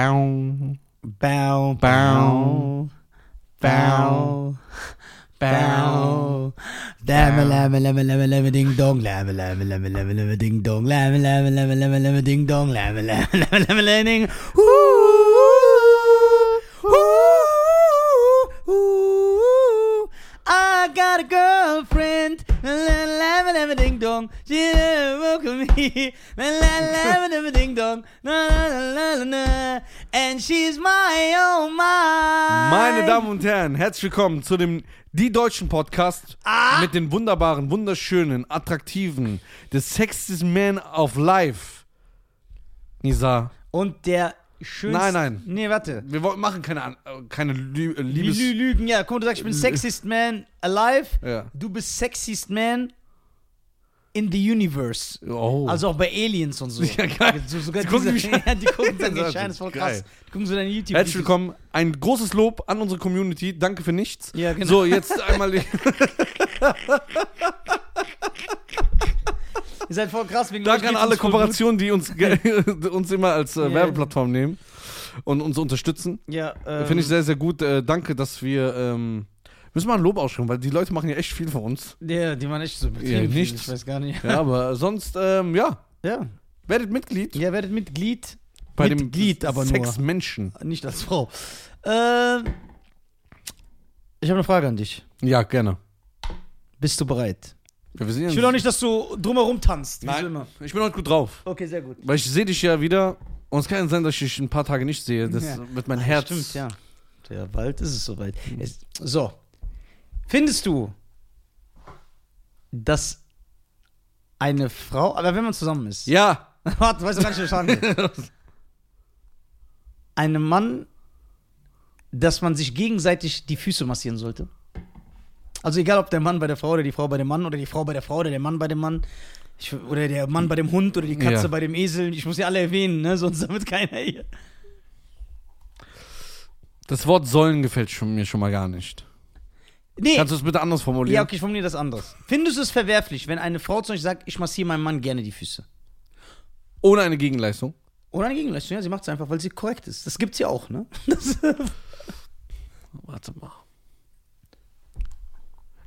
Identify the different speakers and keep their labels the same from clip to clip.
Speaker 1: Bow.
Speaker 2: Bow,
Speaker 1: Bow.
Speaker 2: bow, bow. Lame, lame, lame, lame, lame, ding dong. Lame, lame, lame, lame, lame, ding dong. Lame, lame, lame, lame, lame, ding dong. Lame, lame, lame, lame, lame, ding. Ooh, ooh, ooh. I got a girlfriend. Lame, lame, lame, ding dong. She never welcomed me. Lame, lame, lame, ding dong. La, la, la, la, la. And she's my oh my.
Speaker 1: Meine Damen und Herren, herzlich willkommen zu dem Die Deutschen Podcast mit den wunderbaren, wunderschönen, attraktiven, the sexiest man of life. Nisa,
Speaker 2: Und der schönste.
Speaker 1: Nein, nein.
Speaker 2: Nee, warte.
Speaker 1: wir wollen- machen keine, An- äh, keine Lü äh,
Speaker 2: Die
Speaker 1: Liebes...
Speaker 2: Lü Lügen, ja. Guck mal, du sagst, ich bin sexiest man alive.
Speaker 1: Ja.
Speaker 2: Du bist sexiest man in the universe.
Speaker 1: Oh.
Speaker 2: Also auch bei Aliens und so.
Speaker 1: Ja, geil.
Speaker 2: So, sogar
Speaker 1: Die
Speaker 2: die
Speaker 1: gucken mich
Speaker 2: gucken diese,
Speaker 1: an.
Speaker 2: ja, die gucken dann
Speaker 1: Das ist
Speaker 2: Schein, ist voll
Speaker 1: geil.
Speaker 2: krass. Die gucken so deine youtube
Speaker 1: Herzlich willkommen. Ein großes Lob an unsere Community. Danke für nichts.
Speaker 2: Ja, genau.
Speaker 1: So, jetzt einmal... die-
Speaker 2: Ihr seid voll krass. Wegen euch
Speaker 1: Danke an
Speaker 2: geht's
Speaker 1: alle
Speaker 2: uns voll gut.
Speaker 1: Kooperationen, die uns, ge- uns immer als äh,
Speaker 2: Ja.
Speaker 1: Werbeplattform nehmen und uns unterstützen.
Speaker 2: Ja, ähm,
Speaker 1: Finde ich sehr, sehr gut. Äh, danke, dass wir. Ähm, müssen mal ein Lob ausschicken, weil die Leute machen ja echt viel von uns.
Speaker 2: Ja, die waren echt so betrieben.
Speaker 1: Ja,
Speaker 2: viel,
Speaker 1: nichts.
Speaker 2: Ich weiß gar nicht.
Speaker 1: Ja, aber sonst, ähm, ja,
Speaker 2: Ja.
Speaker 1: werdet Mitglied.
Speaker 2: Ihr werdet Mitglied.
Speaker 1: Bei dem
Speaker 2: Mitglied, aber nur.
Speaker 1: Sechs Menschen.
Speaker 2: Nicht als Frau. Ähm, ich habe eine Frage an dich.
Speaker 1: Ja, gerne.
Speaker 2: Bist du bereit?
Speaker 1: Ja, wir sind ja
Speaker 2: Ich will auch nicht, dass du drumherum tanzt. wie so
Speaker 1: Nein,
Speaker 2: immer.
Speaker 1: ich bin heute gut drauf.
Speaker 2: Okay, sehr gut.
Speaker 1: Weil ich sehe dich ja wieder. Und es kann ja sein, dass ich dich ein paar Tage nicht sehe. Das
Speaker 2: Ja.
Speaker 1: wird mein Herz.
Speaker 2: Stimmt, ja. Ja, bald ist es soweit. Es- So. Findest du, dass eine Frau, aber wenn man zusammen ist.
Speaker 1: Ja.
Speaker 2: Warte, weißt du gar nicht, was ich sagen will. Einem Mann, dass man sich gegenseitig die Füße massieren sollte. Also egal, ob der Mann bei der Frau oder die Frau bei dem Mann oder die Frau bei der Frau oder der Mann bei dem Mann ich, oder der Mann bei dem Hund oder die Katze
Speaker 1: Ja.
Speaker 2: bei dem Esel. Ich muss ja alle erwähnen, ne? sonst damit keiner hier.
Speaker 1: Das Wort sollen gefällt schon, mir schon mal gar nicht.
Speaker 2: Nee,
Speaker 1: Kannst du es bitte anders formulieren?
Speaker 2: ja, okay, ich formuliere das anders. Findest du es verwerflich, wenn eine Frau zu euch sagt, ich massiere meinem Mann gerne die Füße?
Speaker 1: Ohne eine Gegenleistung.
Speaker 2: Oder eine Gegenleistung, ja, sie macht es einfach, weil sie korrekt ist. Das gibt's ja auch, ne?
Speaker 1: Warte mal.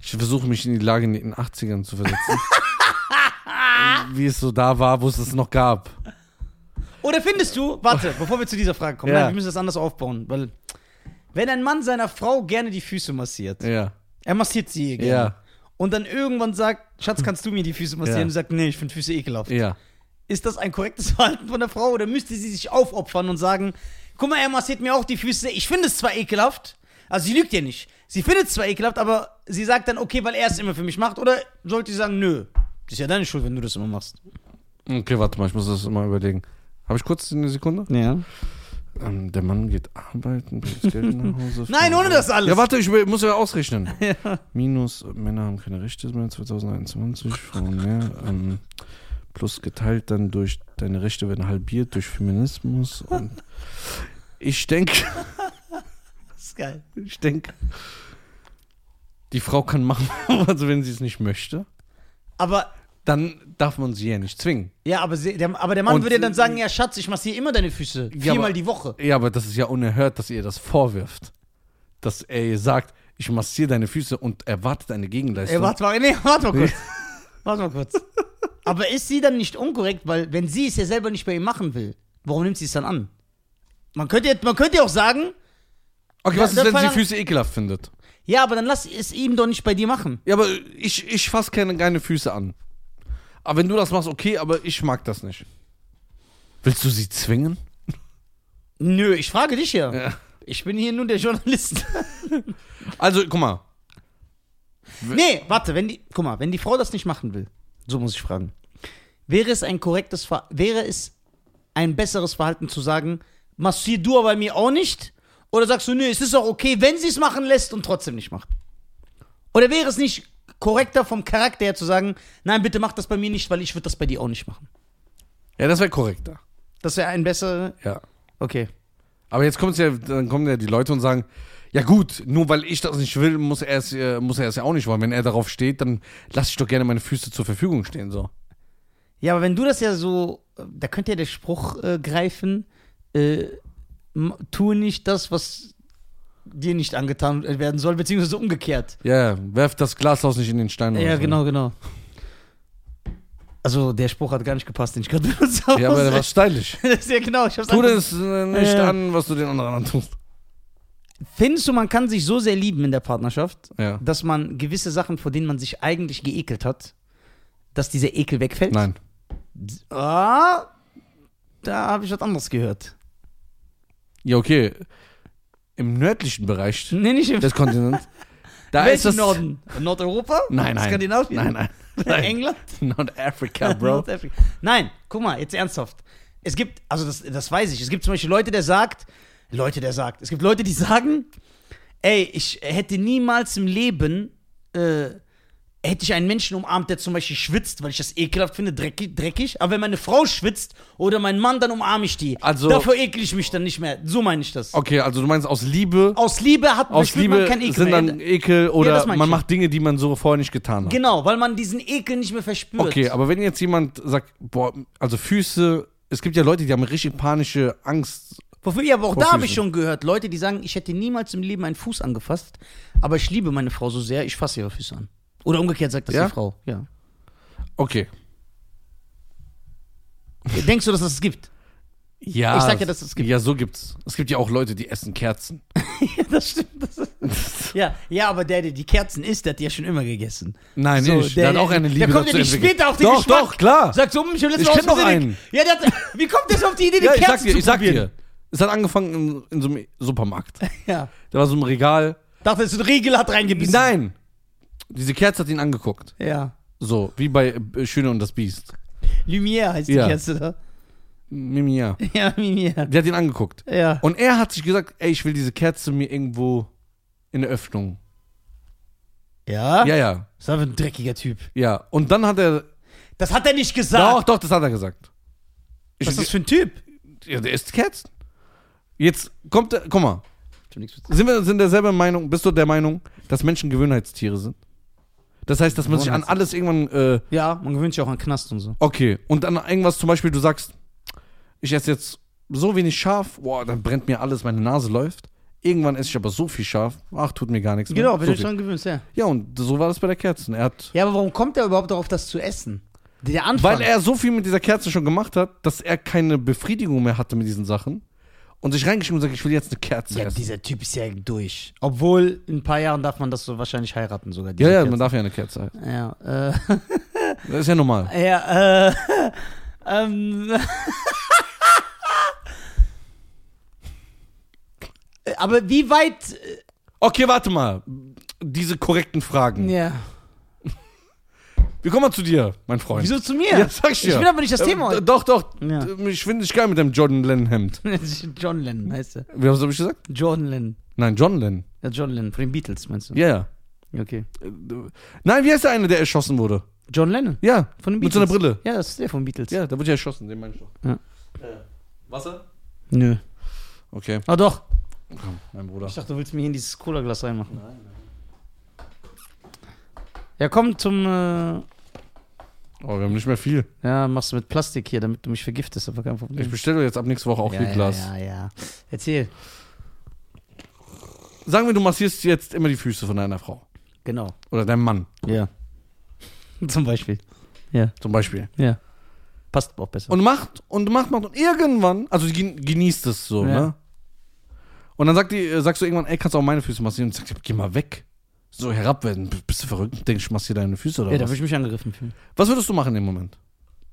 Speaker 1: Ich versuche mich in die Lage in den 80ern zu versetzen. Wie es so da war, wo es es noch gab.
Speaker 2: Oder findest du, warte, bevor wir zu dieser Frage kommen,
Speaker 1: Ja.
Speaker 2: nein, wir müssen das anders aufbauen, weil wenn ein Mann seiner Frau gerne die Füße massiert,
Speaker 1: Ja.
Speaker 2: er massiert sie gerne
Speaker 1: Ja.
Speaker 2: und dann irgendwann sagt, Schatz, kannst du mir die Füße massieren?
Speaker 1: Ja.
Speaker 2: Und du sagst, nee, ich finde Füße ekelhaft.
Speaker 1: Ja.
Speaker 2: Ist das ein korrektes Verhalten von der Frau oder müsste sie sich aufopfern und sagen, guck mal, er massiert mir auch die Füße, ich finde es zwar ekelhaft, also sie lügt ja nicht, sie findet es zwar ekelhaft, aber sie sagt dann, okay, weil er es immer für mich macht oder sollte sie sagen, nö, das ist ja deine Schuld, wenn du das immer machst.
Speaker 1: Okay, warte mal, ich muss das mal überlegen. Habe ich kurz eine Sekunde?
Speaker 2: Ja.
Speaker 1: Ähm, der Mann geht arbeiten, bringt das Geld nach Hause.
Speaker 2: Nein, ohne das alles.
Speaker 1: Ja, warte, ich will- muss ja ausrechnen. Minus, äh, Männer haben keine Rechte mehr 2021, Frauen mehr. Ähm, plus geteilt dann durch, deine Rechte werden halbiert durch Feminismus. Und ich denke,
Speaker 2: Das ist geil.
Speaker 1: Ich denke, die Frau kann machen, also wenn sie es nicht möchte,
Speaker 2: Aber
Speaker 1: dann darf man sie ja nicht zwingen.
Speaker 2: Ja, aber, sie, der, aber der Mann
Speaker 1: Und-
Speaker 2: würde ja dann sagen, ja Schatz, ich massiere immer deine Füße.
Speaker 1: Ja,
Speaker 2: viermal
Speaker 1: aber-
Speaker 2: die Woche.
Speaker 1: Ja, aber das ist ja unerhört, dass ihr ihr das vorwirft. Dass er ihr sagt, ich massiere deine Füße und erwartet eine Gegenleistung.
Speaker 2: Ey, Äh, warte mal, nee, warte mal kurz. warte mal kurz. Aber ist sie dann nicht unkorrekt, weil wenn sie es ja selber nicht bei ihm machen will, warum nimmt sie es dann an? Man könnte, ja- man könnte ja auch sagen,
Speaker 1: okay, was
Speaker 2: Ja,
Speaker 1: ist, wenn
Speaker 2: das
Speaker 1: sie
Speaker 2: war-
Speaker 1: Füße ekelhaft findet?
Speaker 2: ja, aber dann lass es ihm doch nicht bei dir machen.
Speaker 1: Ja, aber ich, ich fasse keine, keine Füße an. Aber wenn du das machst, okay, aber ich mag das nicht. Willst du sie zwingen?
Speaker 2: Nö, ich frage dich ja. Ich bin hier nur der Journalist.
Speaker 1: Also, guck mal.
Speaker 2: nee, warte, wenn die, guck mal, wenn die Frau das nicht machen will, so muss ich fragen. Wäre es ein korrektes, Ver wäre es ein besseres Verhalten zu sagen, massier du aber bei mir auch nicht? Oder sagst du, nö, es ist auch okay, wenn sie es machen lässt und trotzdem nicht macht? Oder wäre es nicht korrekter vom Charakter her zu sagen, nein, bitte mach das bei mir nicht, weil ich würde das bei dir auch nicht machen?
Speaker 1: Ja, das wäre korrekter.
Speaker 2: Das wäre ein besserer,
Speaker 1: Ja.
Speaker 2: okay.
Speaker 1: Aber jetzt kommt's ja, dann kommen ja die Leute und sagen, ja gut, nur weil ich das nicht will, muss er es, äh, muss er es ja auch nicht wollen. Wenn er darauf steht, dann lasse ich doch gerne meine Füße zur Verfügung stehen. So.
Speaker 2: Ja, aber wenn du das ja so, da könnte ja der Spruch äh, greifen, äh, m- tue nicht das, was dir nicht angetan werden soll, beziehungsweise umgekehrt.
Speaker 1: Ja, werf das Glashaus nicht in den Stein. oder
Speaker 2: Ja,
Speaker 1: so.
Speaker 2: genau, genau. Also, der Spruch hat gar nicht gepasst, den ich gerade benutzt habe.
Speaker 1: Ja, aber der war stylisch.
Speaker 2: ja, genau, ich hab's
Speaker 1: Tu
Speaker 2: einfach-
Speaker 1: das äh, nicht
Speaker 2: Ja.
Speaker 1: an, was du den anderen antust.
Speaker 2: Findest du, man kann sich so sehr lieben in der Partnerschaft,
Speaker 1: Ja.
Speaker 2: dass man gewisse Sachen, vor denen man sich eigentlich geekelt hat, dass dieser Ekel wegfällt?
Speaker 1: Nein.
Speaker 2: Ah, da habe ich was anderes gehört.
Speaker 1: Ja, okay. Im nördlichen Bereich
Speaker 2: Nee, nicht im
Speaker 1: des Kontinents, da
Speaker 2: Welchen
Speaker 1: Äh, ist das.
Speaker 2: Norden? Nordeuropa?
Speaker 1: Nein, nein.
Speaker 2: Skandinavien?
Speaker 1: Nein, nein. nein.
Speaker 2: England?
Speaker 1: Nordafrika, Bro.
Speaker 2: Nordafrika. Nein, guck mal, jetzt ernsthaft. Es gibt, also das, das weiß ich, es gibt zum Beispiel Leute, der sagt, Leute, der sagt, es gibt Leute, die sagen, ey, ich hätte niemals im Leben, äh, hätte ich einen Menschen umarmt, der zum Beispiel schwitzt, weil ich das ekelhaft finde, dreckig, dreckig. Aber wenn meine Frau schwitzt oder mein Mann, dann umarme ich die.
Speaker 1: Also-
Speaker 2: Davor ekel ich mich dann nicht mehr. So meine ich das.
Speaker 1: Okay, also du meinst aus Liebe.
Speaker 2: Aus Liebe hat
Speaker 1: Aus
Speaker 2: spürt man
Speaker 1: Liebe
Speaker 2: keinen Ekel
Speaker 1: sind
Speaker 2: mehr.
Speaker 1: dann Ekel oder
Speaker 2: das meine ich
Speaker 1: man
Speaker 2: ja.
Speaker 1: macht Dinge, die man so vorher nicht getan hat.
Speaker 2: Genau, weil man diesen Ekel nicht mehr verspürt.
Speaker 1: Okay, aber wenn jetzt jemand sagt, boah, also Füße, es gibt ja Leute, die haben richtig panische Angst.
Speaker 2: Wofür, ja, aber auch
Speaker 1: Vor
Speaker 2: da habe ich
Speaker 1: Füßen.
Speaker 2: schon gehört, Leute, die sagen, ich hätte niemals im Leben einen Fuß angefasst, aber ich liebe meine Frau so sehr, ich fasse ihre Füße an. Oder umgekehrt sagt das
Speaker 1: Ja?
Speaker 2: die Frau. Ja.
Speaker 1: Okay.
Speaker 2: Denkst du, dass das es gibt?
Speaker 1: Ja.
Speaker 2: Ich sag ja, dass es gibt.
Speaker 1: Ja, so gibt's. Es gibt ja auch Leute, die essen Kerzen.
Speaker 2: ja, das stimmt. Das ist- ja. ja, aber der, der die Kerzen isst, der hat die ja schon immer gegessen.
Speaker 1: Nein,
Speaker 2: So,
Speaker 1: nicht. Der, hat auch eine Liebe
Speaker 2: Der kommt ja
Speaker 1: dazu
Speaker 2: nicht
Speaker 1: entwickelt.
Speaker 2: später auf den
Speaker 1: Doch,
Speaker 2: Geschmack.
Speaker 1: doch, klar.
Speaker 2: Sagt so, hm, ich habe letztens
Speaker 1: Ich kenn noch
Speaker 2: ausgesehen,
Speaker 1: einen.
Speaker 2: Ja, der hat, wie kommt der so auf die Idee, die
Speaker 1: ja, ich
Speaker 2: Kerzen
Speaker 1: sag dir,
Speaker 2: zu
Speaker 1: ich sag
Speaker 2: probieren?
Speaker 1: dir. Es hat angefangen in, in so einem Supermarkt.
Speaker 2: Ja.
Speaker 1: Da war so ein Regal.
Speaker 2: Dachte, es ist ein Riegel, hat reingebissen.
Speaker 1: Nein! Diese Kerze hat ihn angeguckt.
Speaker 2: Ja.
Speaker 1: So, wie bei äh, Schöne und das Biest.
Speaker 2: Lumière heißt die
Speaker 1: Ja.
Speaker 2: Kerze da.
Speaker 1: Mimia.
Speaker 2: Ja, Lumière.
Speaker 1: Die hat ihn angeguckt.
Speaker 2: Ja.
Speaker 1: Und er hat sich gesagt, ey, ich will diese Kerze mir irgendwo in der Öffnung.
Speaker 2: Ja?
Speaker 1: Ja, ja,
Speaker 2: Das war ein dreckiger Typ.
Speaker 1: ja. Und dann hat er.
Speaker 2: Das hat er nicht
Speaker 1: Doch,
Speaker 2: gesagt.
Speaker 1: doch, das hat er gesagt. Ich,
Speaker 2: Ah. Was ist das für ein Typ?
Speaker 1: ja, der isst Kerzen. Jetzt kommt er. Guck mal,
Speaker 2: Ich hab nichts mit-
Speaker 1: sind wir sind derselben Meinung, bist du der Meinung, dass Menschen Gewohnheitstiere sind? Das heißt, dass man sich an alles irgendwann. Äh,
Speaker 2: Ja, man gewöhnt sich auch an Knast und so.
Speaker 1: Okay, und dann irgendwas zum Beispiel, du sagst, ich esse jetzt so wenig scharf, boah, dann brennt mir alles, meine Nase läuft. Irgendwann esse ich aber so viel scharf, ach, tut mir gar nichts mehr.
Speaker 2: Genau,
Speaker 1: so
Speaker 2: wenn du dich
Speaker 1: viel.
Speaker 2: dran gewöhnst, ja.
Speaker 1: Ja, und so war das bei der Kerzen. Er hat,
Speaker 2: Ja, aber warum kommt er überhaupt darauf, das zu essen? Der Anfang.
Speaker 1: weil er so viel mit dieser Kerze schon gemacht hat, dass er keine Befriedigung mehr hatte mit diesen Sachen und sich reingeschrieben und sagt, ich will jetzt eine Kerze
Speaker 2: ja,
Speaker 1: essen.
Speaker 2: dieser Typ ist ja durch. Obwohl, in ein paar Jahren darf man das so wahrscheinlich heiraten sogar.
Speaker 1: Ja,
Speaker 2: diese
Speaker 1: ja,
Speaker 2: Kerze.
Speaker 1: man darf ja eine Kerze essen.
Speaker 2: Ja,
Speaker 1: Das ist ja normal.
Speaker 2: äh, ja, äh, ähm. aber wie weit. äh,
Speaker 1: Okay, warte mal. Diese korrekten Fragen.
Speaker 2: Ja.
Speaker 1: Wir kommen mal zu dir, mein Freund.
Speaker 2: Wieso zu mir?
Speaker 1: Ja, sag ich dir.
Speaker 2: Ich bin aber nicht das
Speaker 1: Ähm,
Speaker 2: Thema
Speaker 1: d-
Speaker 2: heute.
Speaker 1: Doch, doch.
Speaker 2: Ja.
Speaker 1: D- Ich finde dich geil mit deinem Jordan Lennon Hemd.
Speaker 2: John Lennon heißt er.
Speaker 1: Wie hast du gesagt?
Speaker 2: Jordan Lennon.
Speaker 1: Nein, John Lennon.
Speaker 2: Ja, John Lennon, von den Beatles meinst du?
Speaker 1: Ja, ja.
Speaker 2: Okay.
Speaker 1: Nein, wie heißt der eine, der erschossen wurde?
Speaker 2: John Lennon.
Speaker 1: Ja,
Speaker 2: Von den
Speaker 1: mit so einer Brille.
Speaker 2: Ja, das ist der von Beatles.
Speaker 1: Ja, da wurde ja erschossen, den meine ich doch.
Speaker 2: Ja.
Speaker 1: Ja. Wasser?
Speaker 2: Nö.
Speaker 1: Okay,
Speaker 2: Ah, doch.
Speaker 1: komm, mein Bruder.
Speaker 2: Ich dachte, du willst mir hier in dieses Cola-Glas reinmachen. Nein, Ja, komm zum. Äh,
Speaker 1: Oh, wir haben nicht mehr viel.
Speaker 2: ja, machst du mit Plastik hier, damit du mich vergiftest, aber kein Problem.
Speaker 1: Ich bestelle jetzt ab nächste Woche auch
Speaker 2: ja,
Speaker 1: viel Glas.
Speaker 2: Ja, ja, ja. Erzähl.
Speaker 1: Sagen wir, du massierst jetzt immer die Füße von deiner Frau.
Speaker 2: Genau.
Speaker 1: Oder deinem Mann,
Speaker 2: Ja. zum Beispiel.
Speaker 1: zum Beispiel.
Speaker 2: Ja. Passt auch besser.
Speaker 1: Und macht, und macht, macht. Und irgendwann, also die gen- genießt es so,
Speaker 2: Ja.
Speaker 1: ne? Und dann sagt die, äh, sagst du irgendwann, ey, kannst du auch meine Füße massieren? Und sagt, die, geh mal weg. So herabwerden. B- Bist du verrückt? Denkst du, ich massiere deine Füße oder
Speaker 2: ja, da würde
Speaker 1: was?
Speaker 2: ich mich angegriffen fühlen.
Speaker 1: Was würdest du machen in dem Moment?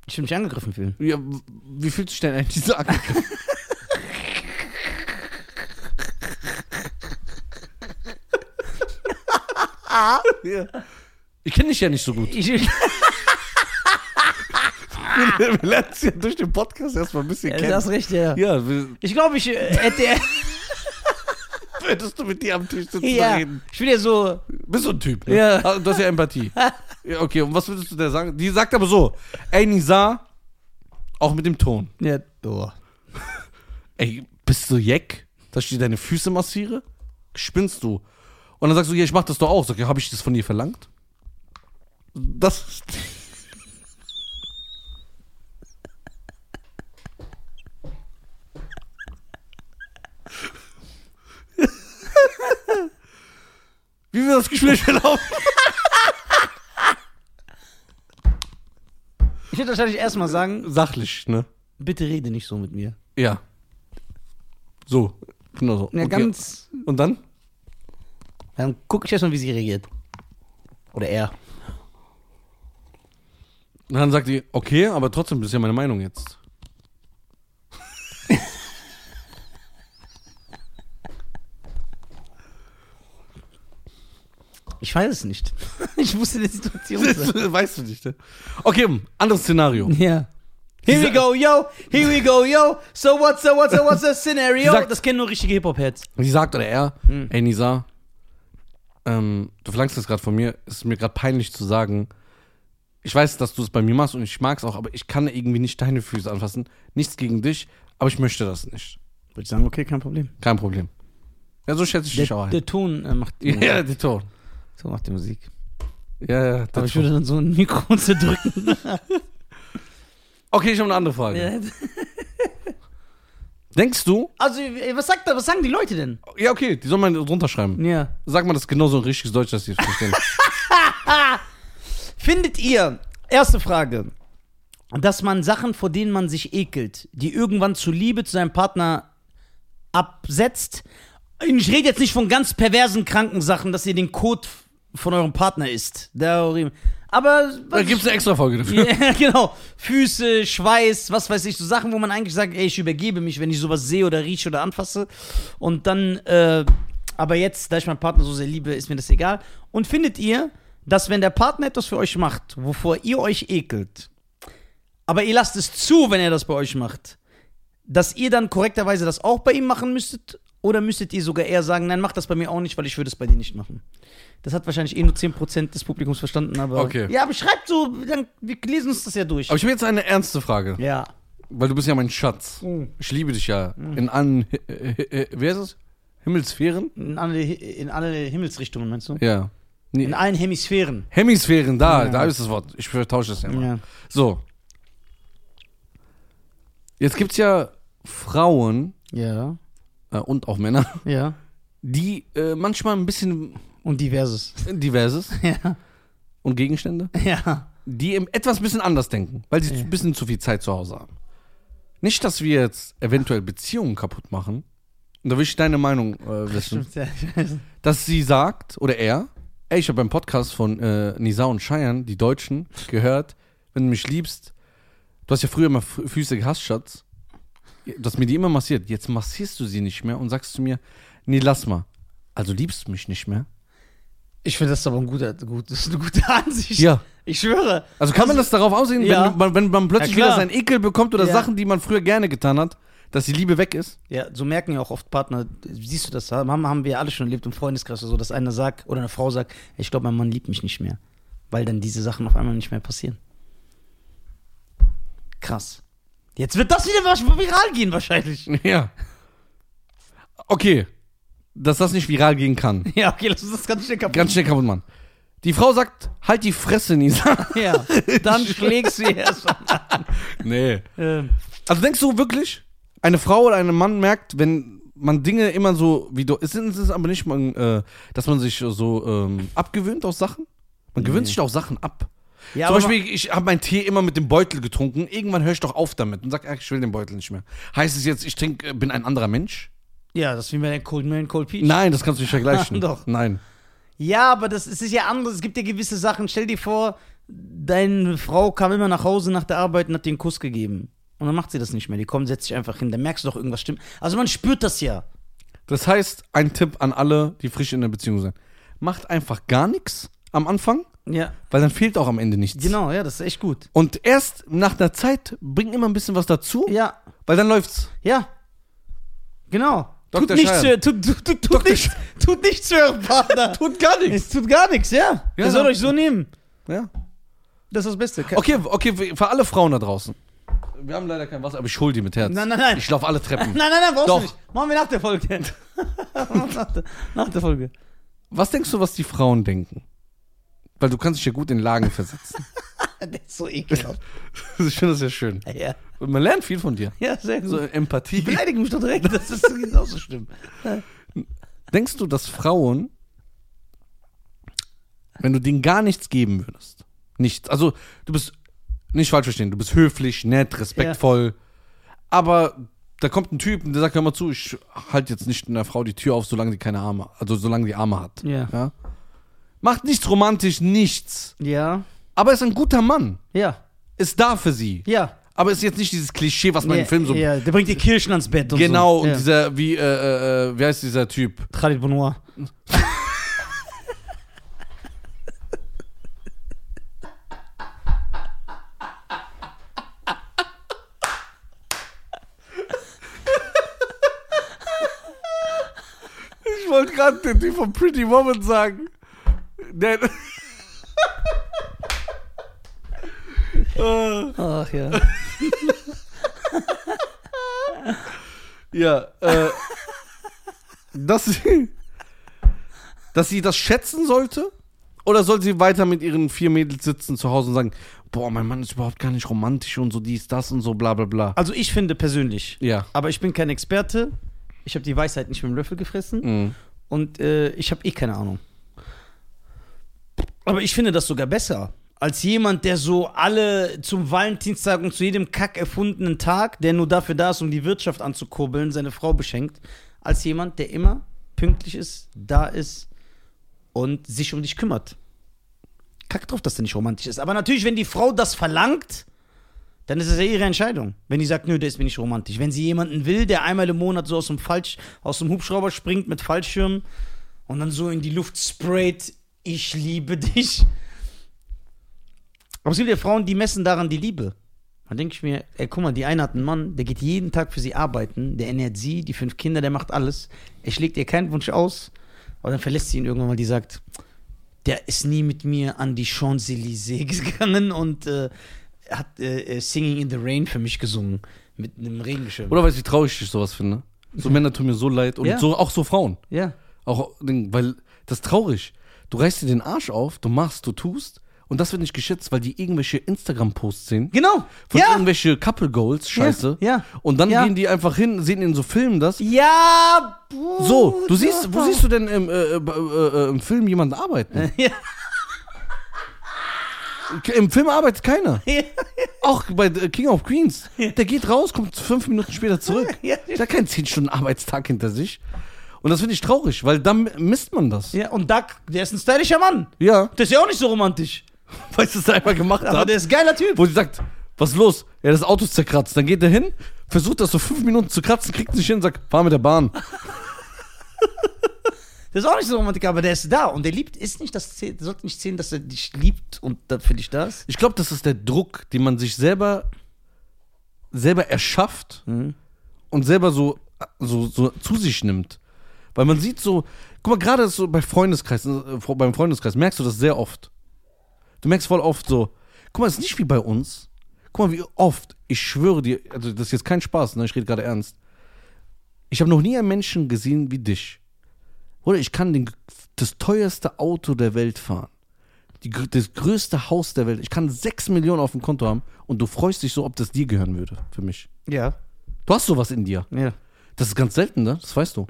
Speaker 2: Ich würde mich angegriffen fühlen.
Speaker 1: Ja, w- wie fühlt sich denn eigentlich dieser Angriff? ja. Ich kenne dich ja nicht so gut.
Speaker 2: Ich,
Speaker 1: Wir lernen es ja durch den Podcast erstmal ein bisschen
Speaker 2: das ist recht, Ah. ja.
Speaker 1: Ja, wir-
Speaker 2: Ich glaube, ich äh, hätte.
Speaker 1: würdest du mit dir am Tisch sitzen
Speaker 2: ja.
Speaker 1: reden?
Speaker 2: Ich will ja so.
Speaker 1: Bist so ein Typ, ne?
Speaker 2: Ja.
Speaker 1: Ah, Du hast ja Empathie. ja, okay, und was würdest du der sagen? Die sagt aber so, ey Nisa, auch mit dem Ton.
Speaker 2: Ja. Oh.
Speaker 1: Ey, bist du Jack, dass ich dir deine Füße massiere? Spinnst du? Und dann sagst du, ja, ich mach das doch auch. Sag ich, hab ich das von dir verlangt? Das ist... Wie wir das Gespräch verlaufen?
Speaker 2: Ich würde wahrscheinlich erstmal sagen,
Speaker 1: Sachlich, ne?
Speaker 2: bitte rede nicht so mit mir.
Speaker 1: Ja. So, genau so.
Speaker 2: Ja,
Speaker 1: Okay.
Speaker 2: ganz.
Speaker 1: Und dann?
Speaker 2: Dann gucke ich erstmal, wie sie reagiert. Oder er.
Speaker 1: Und dann sagt die, okay, aber trotzdem, das ist ja meine Meinung jetzt.
Speaker 2: Ich weiß es nicht. Ich musste der Situation
Speaker 1: Das
Speaker 2: sein.
Speaker 1: weißt du nicht, ne? Okay, anderes Szenario.
Speaker 2: Ja. Here we go, yo! Here we go, yo! So what's the, what's the, what's the scenario?
Speaker 1: Sagt-
Speaker 2: das kennen nur richtige Hip-Hop-Heads.
Speaker 1: Sie sagt oder er, ey Nisa, ähm, du verlangst das gerade von mir, es ist mir gerade peinlich zu sagen. Ich weiß, dass du es bei mir machst und ich mag es auch, aber ich kann irgendwie nicht deine Füße anfassen. Nichts gegen dich, aber ich möchte das nicht.
Speaker 2: Würde ich sagen, okay, kein Problem.
Speaker 1: Kein Problem. Ja, so schätze ich dich auch
Speaker 2: Der,
Speaker 1: ein.
Speaker 2: der Ton äh, macht die
Speaker 1: Ja,
Speaker 2: Musik.
Speaker 1: die Ton.
Speaker 2: So macht die Musik.
Speaker 1: Ja, ja,
Speaker 2: Aber
Speaker 1: der
Speaker 2: ich
Speaker 1: Ton.
Speaker 2: würde dann so ein Mikro zerdrücken.
Speaker 1: Okay, ich habe eine andere Frage. Denkst du,
Speaker 2: Also, äh, was, sagt, was sagen die Leute denn?
Speaker 1: ja, okay, die sollen mal runterschreiben.
Speaker 2: Ja.
Speaker 1: Sag mal das genauso in richtiges Deutsch, dass die es verstehen.
Speaker 2: Findet ihr, erste Frage, dass man Sachen, vor denen man sich ekelt, die irgendwann zu Liebe zu seinem Partner absetzt? Ich rede jetzt nicht von ganz perversen, kranken Sachen, dass ihr den Code f- von eurem Partner isst. Da-
Speaker 1: da
Speaker 2: Aber was
Speaker 1: gibt es eine extra Folge dafür.
Speaker 2: ja, genau. Füße, Schweiß, was weiß ich, so Sachen, wo man eigentlich sagt, ey, ich übergebe mich, wenn ich sowas sehe oder rieche oder anfasse. Und dann, äh, aber jetzt, da ich meinen Partner so sehr liebe, ist mir das egal. Und findet ihr, dass wenn der Partner etwas für euch macht, wovor ihr euch ekelt, aber ihr lasst es zu, wenn er das bei euch macht, dass ihr dann korrekterweise das auch bei ihm machen müsstet? Oder müsstet ihr sogar eher sagen, nein, mach das bei mir auch nicht, weil ich würde es bei dir nicht machen? Das hat wahrscheinlich eh nur 10% des Publikums verstanden, aber.
Speaker 1: Okay.
Speaker 2: Ja, aber schreibt so, dann, wir lesen uns das ja durch.
Speaker 1: Aber ich habe jetzt eine ernste Frage,
Speaker 2: ja.
Speaker 1: weil du bist ja mein Schatz. Ich liebe dich ja. In allen, äh, äh, äh, wer ist es? Himmelsphären?
Speaker 2: In alle, in alle Himmelsrichtungen, meinst du?
Speaker 1: Ja. Nee,
Speaker 2: In allen Hemisphären.
Speaker 1: Hemisphären, da,
Speaker 2: Ja.
Speaker 1: da ist das Wort. Ich vertausche das ja immer. So. Jetzt gibt es ja Frauen
Speaker 2: Ja.
Speaker 1: äh, und auch Männer,
Speaker 2: Ja.
Speaker 1: die äh, manchmal ein bisschen
Speaker 2: Und diverses.
Speaker 1: diverses
Speaker 2: Ja.
Speaker 1: und Gegenstände,
Speaker 2: Ja.
Speaker 1: die im- etwas ein bisschen anders denken, weil sie ein bisschen zu viel Zeit zu Hause haben. Nicht, dass wir jetzt eventuell Beziehungen kaputt machen. Und da will ich deine Meinung äh, wissen.
Speaker 2: Stimmt, ja, ich weiß.
Speaker 1: dass sie sagt, oder er, ey, ich habe beim Podcast von äh, Nisa und Cheyenne, die Deutschen, gehört, wenn du mich liebst, du hast ja früher immer Fü- Füße gehasst, Schatz, du hast mir die immer massiert, jetzt massierst du sie nicht mehr und sagst zu mir, nee, lass mal, also liebst du mich nicht mehr?
Speaker 2: Ich finde das ist aber ein guter, gut, das ist eine gute Ansicht.
Speaker 1: Ja.
Speaker 2: Ich schwöre.
Speaker 1: Also kann man das darauf aussehen,
Speaker 2: Ja.
Speaker 1: wenn, man, wenn man plötzlich
Speaker 2: Ja, klar.
Speaker 1: wieder seinen Ekel bekommt oder
Speaker 2: Ja.
Speaker 1: Sachen, die man früher gerne getan hat, dass die Liebe weg ist?
Speaker 2: Ja, so merken ja auch oft Partner, siehst du das, haben, haben wir alle schon erlebt im Freundeskreis oder so, dass einer sagt oder eine Frau sagt, ich glaube, mein Mann liebt mich nicht mehr. Weil dann diese Sachen auf einmal nicht mehr passieren. Krass. Jetzt wird das wieder wasch- viral gehen wahrscheinlich.
Speaker 1: Ja. Okay, dass das nicht viral gehen kann.
Speaker 2: Ja, okay, lass uns das ganz schnell kaputt.
Speaker 1: Ganz schnell kaputt machen. Die Frau sagt, halt die Fresse, Nisa.
Speaker 2: Ja, dann schlägst du ihr erstmal.
Speaker 1: Nee.
Speaker 2: Ähm,
Speaker 1: Also denkst du wirklich, eine Frau oder ein Mann merkt, wenn man Dinge immer so wie du. Es ist es ist aber nicht, man, äh, dass man sich so ähm, abgewöhnt aus Sachen. Man gewöhnt sich auch Sachen ab.
Speaker 2: ja,
Speaker 1: Zum
Speaker 2: aber
Speaker 1: Beispiel, ich habe meinen Tee immer mit dem Beutel getrunken. Irgendwann höre ich doch auf damit und sage, ich will den Beutel nicht mehr. Heißt es jetzt, ich trink, äh, bin ein anderer Mensch?
Speaker 2: ja, das ist wie bei der Cold Man, Cold Peach.
Speaker 1: Nein, das kannst du nicht vergleichen.
Speaker 2: Doch.
Speaker 1: Nein.
Speaker 2: Ja, aber das es ist ja anders. Es gibt ja gewisse Sachen. Stell dir vor, deine Frau kam immer nach Hause nach der Arbeit und hat dir einen Kuss gegeben. Und dann macht sie das nicht mehr. Die kommt, setzt sich einfach hin. Dann merkst du doch, irgendwas stimmt. Also man spürt das ja.
Speaker 1: Das heißt, ein Tipp an alle, die frisch in der Beziehung sind. Macht einfach gar nichts am Anfang,
Speaker 2: Ja.
Speaker 1: weil dann fehlt auch am Ende nichts.
Speaker 2: Genau, ja, das ist echt gut.
Speaker 1: Und erst nach einer Zeit bring immer ein bisschen was dazu,
Speaker 2: Ja,
Speaker 1: weil dann läuft's.
Speaker 2: ja. Genau.
Speaker 1: Dr.
Speaker 2: Tut nichts,
Speaker 1: Schein.
Speaker 2: für- tut, tut, tut, tut nichts, tut nichts für euren Partner.
Speaker 1: Tut gar
Speaker 2: es tut gar nichts, ja.
Speaker 1: Ja,
Speaker 2: Ihr sollt
Speaker 1: ja.
Speaker 2: euch so nehmen.
Speaker 1: Ja.
Speaker 2: Das ist das Beste. Ke-
Speaker 1: Okay, okay, für alle Frauen da draußen. Wir haben leider kein Wasser, aber ich hol die mit Herz.
Speaker 2: Nein, nein, nein.
Speaker 1: Ich lauf alle Treppen.
Speaker 2: Nein, nein, nein, brauchst
Speaker 1: Doch.
Speaker 2: du nicht. Machen wir nach der Folge. nach, der, nach der Folge.
Speaker 1: Was denkst du, was die Frauen denken? Weil du kannst dich ja gut in Lagen versetzen.
Speaker 2: Der ist so ekelhaft.
Speaker 1: Ich finde das ja schön.
Speaker 2: Ja,
Speaker 1: Und man lernt viel von dir.
Speaker 2: ja sehr gut.
Speaker 1: So Empathie.
Speaker 2: Beleidige mich doch direkt, das ist genauso schlimm.
Speaker 1: Denkst du, dass Frauen, wenn du denen gar nichts geben würdest, nichts, also du bist, nicht falsch verstehen, du bist höflich, nett, respektvoll, aber da kommt ein Typ und der sagt, hör mal zu, ich halte jetzt nicht einer Frau die Tür auf, solange die keine Arme, also solange die Arme hat.
Speaker 2: Ja.
Speaker 1: Ja? Macht nichts romantisch, nichts,
Speaker 2: Ja,
Speaker 1: aber ist ein guter Mann,
Speaker 2: ja,
Speaker 1: ist da für sie.
Speaker 2: ja.
Speaker 1: Aber ist jetzt nicht dieses Klischee, was man im Film so...
Speaker 2: Ja, der bringt die Kirschen ans Bett und
Speaker 1: Genau,
Speaker 2: so.
Speaker 1: und
Speaker 2: ja.
Speaker 1: dieser, wie, äh, äh, äh, wie heißt dieser Typ?
Speaker 2: Khalid Bonoir.
Speaker 1: Ich wollte gerade den Typ von Pretty Woman sagen. Der. Äh,
Speaker 2: Ach ja.
Speaker 1: ja, äh, dass sie, dass sie das schätzen sollte? Oder soll sie weiter mit ihren vier Mädels sitzen zu Hause und sagen, boah, mein Mann ist überhaupt gar nicht romantisch und so dies, das und so bla bla bla.
Speaker 2: Also ich finde persönlich,
Speaker 1: Ja.
Speaker 2: aber ich bin kein Experte, ich habe die Weisheit nicht mit dem Löffel gefressen
Speaker 1: Mhm.
Speaker 2: und äh, ich habe eh keine Ahnung. Aber ich finde das sogar besser. Als jemand, der so alle zum Valentinstag und zu jedem kack erfundenen Tag, der nur dafür da ist, um die Wirtschaft anzukurbeln, seine Frau beschenkt, als jemand, der immer pünktlich ist, da ist und sich um dich kümmert. Kack drauf, dass der nicht romantisch ist. Aber natürlich, wenn die Frau das verlangt, dann ist es ja ihre Entscheidung. Wenn die sagt, nö, der ist mir nicht romantisch. Wenn sie jemanden will, der einmal im Monat so aus dem, Falsch, aus dem Hubschrauber springt mit Fallschirm und dann so in die Luft sprayt, ich liebe dich. Aber es gibt ja Frauen, die messen daran die Liebe. Dann denke ich mir, ey, guck mal, die eine hat einen Mann, der geht jeden Tag für sie arbeiten, der ernährt sie, die fünf Kinder, der macht alles. Er schlägt ihr keinen Wunsch aus, aber dann verlässt sie ihn irgendwann mal, die sagt, der ist nie mit mir an die Champs-Élysées gegangen und äh, hat äh, äh, Singing in the Rain für mich gesungen mit einem Regenschirm.
Speaker 1: Oder weißt du, wie traurig ich sowas finde? So Männer tun mir so leid und
Speaker 2: Ja.
Speaker 1: so, auch so Frauen.
Speaker 2: Ja.
Speaker 1: Auch, den- weil das ist traurig. Du reißt dir den Arsch auf, du machst, du tust und das wird nicht geschätzt, weil die irgendwelche Instagram-Posts sehen.
Speaker 2: Genau.
Speaker 1: Von
Speaker 2: ja.
Speaker 1: irgendwelche Couple Goals, scheiße.
Speaker 2: ja,
Speaker 1: Und dann
Speaker 2: ja.
Speaker 1: gehen die einfach hin, sehen in so Filmen das.
Speaker 2: Ja. Bruder.
Speaker 1: So, du siehst, wo siehst du denn im, äh, äh, äh, äh, im Film jemanden arbeiten?
Speaker 2: Ja.
Speaker 1: K- Im Film arbeitet keiner.
Speaker 2: Ja.
Speaker 1: Auch bei äh, King of Queens. Der geht raus, kommt fünf Minuten später zurück.
Speaker 2: Ja.
Speaker 1: Der hat keinen 10-Stunden-Arbeitstag hinter sich. Und das finde ich traurig, weil dann misst man das.
Speaker 2: ja. Und Duck, der ist ein stylischer Mann.
Speaker 1: Ja.
Speaker 2: Der ist ja auch nicht so romantisch.
Speaker 1: Weißt du, was er einmal gemacht
Speaker 2: Aber
Speaker 1: hat?
Speaker 2: der ist ein geiler Typ.
Speaker 1: Wo sie sagt, was ist los? Ja, das Auto ist zerkratzt. Dann geht er hin, versucht das so fünf Minuten zu kratzen, kriegt es nicht hin und sagt, fahr mit der Bahn.
Speaker 2: Der ist auch nicht so romantisch, aber der ist da. Und der liebt, ist nicht, das zäh- sollte nicht zählen, dass er dich liebt und da finde ich das.
Speaker 1: Ich glaube, das ist der Druck, den man sich selber selber erschafft und selber so, so, so zu sich nimmt. Weil man sieht so, guck mal, gerade so bei Freundeskreisen, äh, beim Freundeskreis merkst du das sehr oft. Du merkst voll oft so, guck mal, es ist nicht wie bei uns. Guck mal, wie oft, ich schwöre dir, also das ist jetzt kein Spaß, ne? ich rede gerade ernst. Ich habe noch nie einen Menschen gesehen wie dich. Oder ich kann den, das teuerste Auto der Welt fahren die, gr- das größte Haus der Welt. Ich kann 6 Millionen auf dem Konto haben und du freust dich so, ob das dir gehören würde, für mich.
Speaker 2: Ja.
Speaker 1: Du hast sowas in dir.
Speaker 2: Ja.
Speaker 1: Das ist ganz selten, ne? Das weißt du.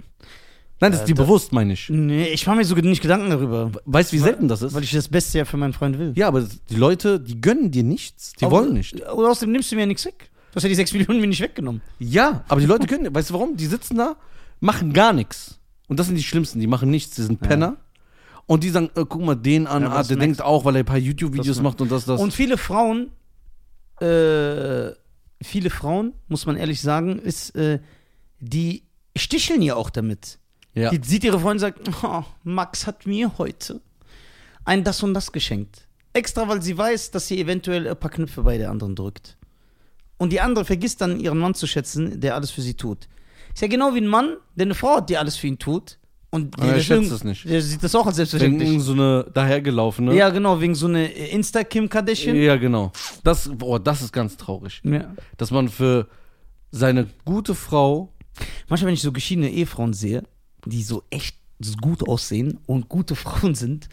Speaker 1: Nein, das ist dir
Speaker 2: das-
Speaker 1: bewusst, meine ich.
Speaker 2: Nee, ich mache mir so nicht Gedanken darüber.
Speaker 1: Weißt du, wie selten das ist?
Speaker 2: Weil ich das Beste ja für meinen Freund will.
Speaker 1: Ja, aber die Leute, die gönnen dir nichts. Die
Speaker 2: Aber-
Speaker 1: wollen nicht.
Speaker 2: Und außerdem nimmst du mir ja nichts weg. Du hast ja die 6 Millionen mir nicht weggenommen.
Speaker 1: Ja, aber die Leute gönnen dir. Weißt du warum? Die sitzen da, machen gar nichts. Und das sind die Schlimmsten. Die machen nichts. Die sind Penner. Und die sagen, äh, guck mal den an,
Speaker 2: Ja, aber
Speaker 1: ah,
Speaker 2: das
Speaker 1: der
Speaker 2: merkst-
Speaker 1: denkt auch, weil er ein paar YouTube-Videos
Speaker 2: das-
Speaker 1: macht und das, das.
Speaker 2: Und viele Frauen, äh, viele Frauen, muss man ehrlich sagen, ist, äh, die sticheln ja auch damit.
Speaker 1: ja.
Speaker 2: Die sieht ihre Freundin und sagt, oh, Max hat mir heute ein das und das geschenkt. Extra, weil sie weiß, dass sie eventuell ein paar Knöpfe bei der anderen drückt. Und die andere vergisst dann, ihren Mann zu schätzen, der alles für sie tut. Ist ja genau wie ein Mann, der eine Frau hat, die alles für ihn tut. Und
Speaker 1: Aber er
Speaker 2: das
Speaker 1: schätzt
Speaker 2: irgend-
Speaker 1: es nicht.
Speaker 2: Der sieht das auch als selbstverständlich.
Speaker 1: Denken so eine dahergelaufene.
Speaker 2: Ja, genau, wegen so eine Insta-Kim Kardashian.
Speaker 1: Ja, genau. Das, boah, das ist ganz traurig.
Speaker 2: Ja.
Speaker 1: Dass man für seine gute Frau.
Speaker 2: Manchmal, wenn ich so geschiedene Ehefrauen sehe, die so echt gut aussehen und gute Frauen sind,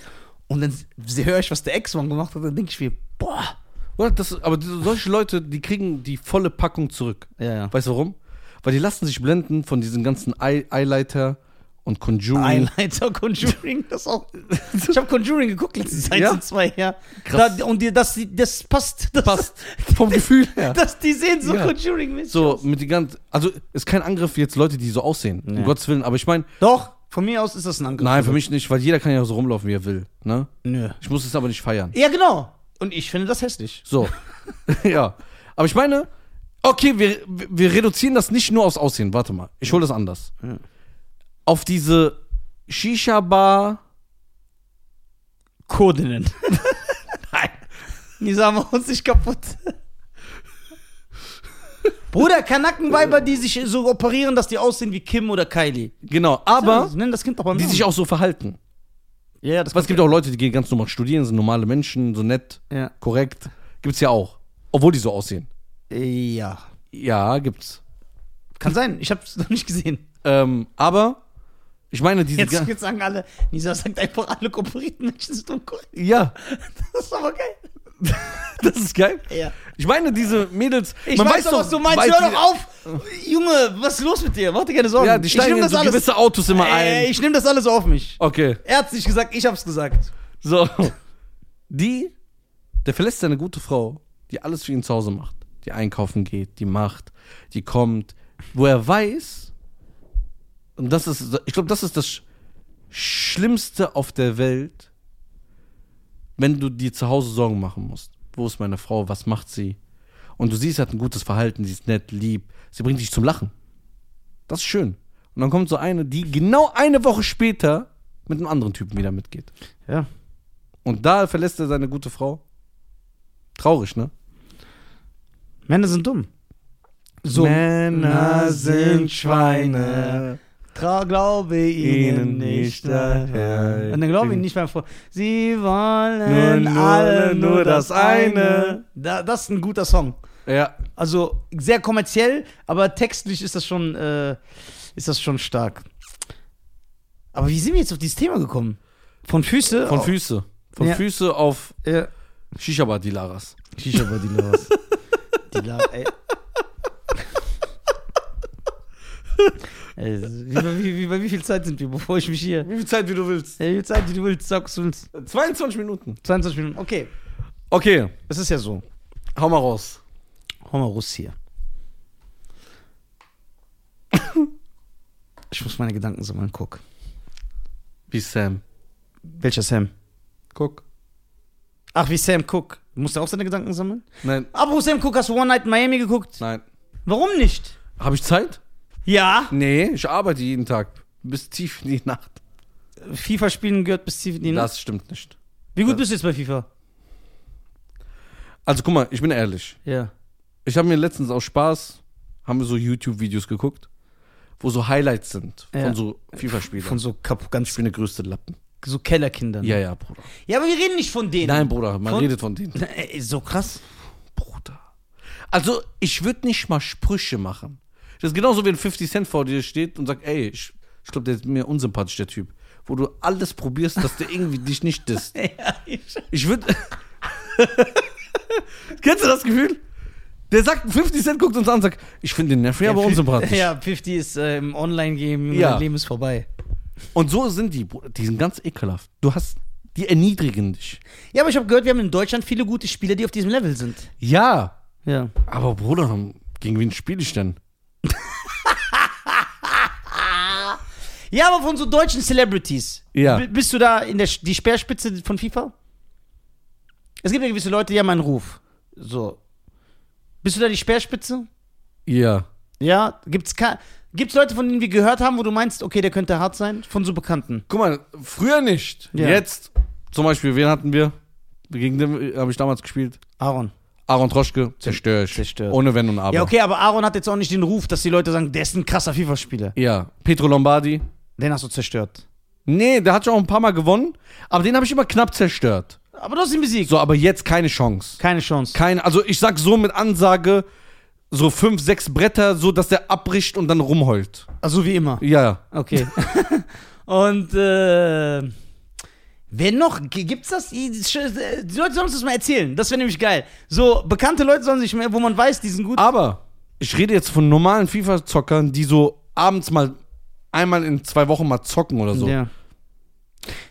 Speaker 2: und dann se- höre ich, was der Ex-Mann gemacht hat, dann denke ich mir, boah,
Speaker 1: Oder das, aber diese- solche Leute, die kriegen die volle Packung zurück.
Speaker 2: Ja, ja.
Speaker 1: Weißt du warum? Weil die lassen sich blenden von diesen ganzen Eye Eyelighter und Conjuring.
Speaker 2: Eyelighter Conjuring, das auch. Ich habe Conjuring geguckt letztens, eins
Speaker 1: Ja?
Speaker 2: und zwei, ja.
Speaker 1: Krass.
Speaker 2: Da, und die, das, das passt. Das,
Speaker 1: Passt. Vom Gefühl her.
Speaker 2: Das, die sehen so
Speaker 1: Ja.
Speaker 2: Conjuring-mäßig
Speaker 1: So,
Speaker 2: aus.
Speaker 1: mit den ganzen. Also, ist kein Angriff jetzt Leute, die so aussehen.
Speaker 2: Ja.
Speaker 1: Um Gottes Willen. Aber ich meine,
Speaker 2: Doch, von mir aus ist das ein Angriff.
Speaker 1: nein, für mich nicht, weil jeder kann ja so rumlaufen, wie er will. Ne?
Speaker 2: Nö.
Speaker 1: Ich muss es aber nicht feiern.
Speaker 2: Ja, genau. Und ich finde das hässlich.
Speaker 1: So. ja. Aber ich meine, okay, wir, wir reduzieren das nicht nur aufs Aussehen. Warte mal, ich hole das anders.
Speaker 2: Ja.
Speaker 1: Auf diese Shisha-Bar.
Speaker 2: Kurdinnen. nein. Die sagen wir uns nicht kaputt. Bruder, Kanakenweiber, die sich so operieren, dass die aussehen wie Kim oder Kylie.
Speaker 1: Genau, aber
Speaker 2: Nenn das Kind doch beim
Speaker 1: die
Speaker 2: Namen.
Speaker 1: sich auch so verhalten.
Speaker 2: ja, ja, das
Speaker 1: Weil es gibt auch Leute, die gehen ganz normal studieren, sind normale Menschen, so nett,
Speaker 2: ja.
Speaker 1: korrekt. Gibt's ja auch. Obwohl die so aussehen.
Speaker 2: ja.
Speaker 1: Ja, gibt's.
Speaker 2: Kann sein, ich hab's noch nicht gesehen.
Speaker 1: Ähm, aber ich meine, diese.
Speaker 2: Jetzt,
Speaker 1: ga-
Speaker 2: jetzt sagen alle, Nisa sagt einfach, alle kooperierten Menschen sind unkorrekt.
Speaker 1: ja,
Speaker 2: Das ist aber geil.
Speaker 1: das ist geil.
Speaker 2: Ja.
Speaker 1: Ich meine, diese Mädels.
Speaker 2: Ich weiß doch, was du meinst.
Speaker 1: weiß-
Speaker 2: Hör doch auf. Junge, was ist los mit dir? Mach dir keine Sorgen.
Speaker 1: Ja, die
Speaker 2: ich
Speaker 1: steigen
Speaker 2: nehm
Speaker 1: in
Speaker 2: das
Speaker 1: so
Speaker 2: alles.
Speaker 1: gewisse Autos immer
Speaker 2: Ey,
Speaker 1: ein.
Speaker 2: ich nehme das alles auf mich.
Speaker 1: Okay.
Speaker 2: Er hat's nicht gesagt, ich hab's gesagt.
Speaker 1: So. Die, der verlässt seine gute Frau, die alles für ihn zu Hause macht. Die einkaufen geht, die macht, die kommt, wo er weiß, und das ist, ich glaube, das ist das Sch- Schlimmste auf der Welt, wenn du dir zu Hause Sorgen machen musst. Wo ist meine Frau? Was macht sie? Und du siehst, sie hat ein gutes Verhalten, sie ist nett, lieb, sie bringt dich zum Lachen. Das ist schön. Und dann kommt so eine, die genau eine Woche später mit einem anderen Typen wieder mitgeht.
Speaker 2: Ja.
Speaker 1: Und da verlässt er seine gute Frau. Traurig, ne?
Speaker 2: Männer sind dumm. So. Männer sind Schweine. Tra glaube ihnen
Speaker 1: Ihnen
Speaker 2: nicht
Speaker 1: nicht
Speaker 2: daher.
Speaker 1: daher.
Speaker 2: Und dann glaube ich ihnen nicht mehr vor. Sie wollen
Speaker 1: Nur- nur-
Speaker 2: alle
Speaker 1: nur
Speaker 2: nur das
Speaker 1: das
Speaker 2: eine.
Speaker 1: eine.
Speaker 2: Da, das ist ein guter Song.
Speaker 1: Ja.
Speaker 2: Also sehr kommerziell, aber textlich ist das schon, äh, ist das schon stark. Aber wie sind wir jetzt auf dieses Thema gekommen? Von Füße? Äh,
Speaker 1: Von Füße. Von
Speaker 2: Ja.
Speaker 1: Füße auf
Speaker 2: Ja.
Speaker 1: Shisha-Bar-Dilaras.
Speaker 2: Shisha war die Lars. Die Lars, ey. Ey, wie, wie, wie, bei wie viel Zeit sind wir, bevor ich mich hier.
Speaker 1: Wie viel Zeit, wie du willst.
Speaker 2: Ey, Wie viel Zeit, die du willst, sagst du uns.
Speaker 1: 22 Minuten.
Speaker 2: 22 Minuten. Okay,
Speaker 1: Okay,
Speaker 2: es ist ja so.
Speaker 1: hau mal raus.
Speaker 2: Hau mal Russ hier. Ich muss meine Gedanken sammeln, guck.
Speaker 1: Wie Sam.
Speaker 2: Welcher Sam?
Speaker 1: Guck.
Speaker 2: Ach, wie Sam Cook. Musst du auch seine Gedanken sammeln?
Speaker 1: Nein,
Speaker 2: Aber Sam Cook, hast du One Night in Miami geguckt?
Speaker 1: nein.
Speaker 2: Warum nicht?
Speaker 1: Habe ich Zeit?
Speaker 2: Ja.
Speaker 1: Nee, ich arbeite jeden Tag. Bis tief in die Nacht.
Speaker 2: FIFA spielen gehört bis tief in die Nacht.
Speaker 1: Das stimmt nicht.
Speaker 2: Wie gut bist du jetzt bei FIFA?
Speaker 1: Also guck mal, ich bin ehrlich.
Speaker 2: Ja.
Speaker 1: Ich habe mir letztens aus Spaß, haben wir so YouTube-Videos geguckt, wo so Highlights sind
Speaker 2: Ja.
Speaker 1: von so FIFA-Spielern.
Speaker 2: Von so kap
Speaker 1: Ich
Speaker 2: ganz
Speaker 1: bin der größte Lappen.
Speaker 2: so Kellerkindern.
Speaker 1: Ja, ja, Bruder.
Speaker 2: Ja, aber wir reden nicht von denen.
Speaker 1: Nein, Bruder, man
Speaker 2: Von-
Speaker 1: redet von denen.
Speaker 2: Ey, so krass.
Speaker 1: Bruder. Also, ich würde nicht mal Sprüche machen. Das ist genauso, wenn 50 Cent vor dir steht und sagt, ey, ich, ich glaube, der ist mir unsympathisch, der Typ. Wo du alles probierst, dass der irgendwie dich nicht disst.
Speaker 2: Ja, ich-
Speaker 1: Ich würde... Kennst du das Gefühl? Der sagt, 50 Cent guckt uns an und sagt, ich finde den Nefri aber unsympathisch.
Speaker 2: Ja, 50 ist äh, im Online-Game, Junge,
Speaker 1: Ja.
Speaker 2: dein Leben ist vorbei.
Speaker 1: Und so sind die, Bruder. Die sind ganz ekelhaft. Du hast... Die erniedrigen dich.
Speaker 2: Ja, aber ich habe gehört, wir haben in Deutschland viele gute Spieler, die auf diesem Level sind.
Speaker 1: Ja,
Speaker 2: Ja.
Speaker 1: aber Bruder, gegen wen spiele ich denn?
Speaker 2: Ja, aber von so deutschen Celebrities.
Speaker 1: Ja.
Speaker 2: B bist du da in der die Speerspitze von FIFA? Es gibt ja gewisse Leute, die haben einen Ruf. So. Bist du da die Speerspitze?
Speaker 1: Ja.
Speaker 2: Ja. Gibt's, ka- gibt's Leute, von denen wir gehört haben, wo du meinst, okay, der könnte hart sein? Von so Bekannten.
Speaker 1: Guck mal, früher nicht.
Speaker 2: Ja.
Speaker 1: Jetzt, zum Beispiel, wen hatten wir? Gegen den habe ich damals gespielt.
Speaker 2: Aaron.
Speaker 1: Aaron Troschke, zerstört.
Speaker 2: Zerstört.
Speaker 1: Ohne Wenn und Aber.
Speaker 2: Ja, okay, aber Aaron hat jetzt auch nicht den Ruf, dass die Leute sagen, der ist ein krasser FIFA-Spieler.
Speaker 1: Ja, Petro Lombardi.
Speaker 2: Den hast du zerstört.
Speaker 1: Nee, der hat schon auch ein paar Mal gewonnen, aber den habe ich immer knapp zerstört.
Speaker 2: Aber du hast ihn besiegt.
Speaker 1: So, aber jetzt keine Chance.
Speaker 2: Keine Chance.
Speaker 1: Keine, also ich sag so mit Ansage, so fünf, sechs Bretter, so dass der abbricht und dann rumheult.
Speaker 2: Also wie immer.
Speaker 1: Ja, ja.
Speaker 2: Okay. Und äh, Wer noch? G- Gibt's das? Die die Leute sollen uns das mal erzählen. Das wäre nämlich geil. So, bekannte Leute sollen sich, mehr- wo man weiß, die sind gut.
Speaker 1: Aber ich rede jetzt von normalen FIFA-Zockern, die so abends mal einmal in zwei Wochen mal zocken oder so.
Speaker 2: Ja.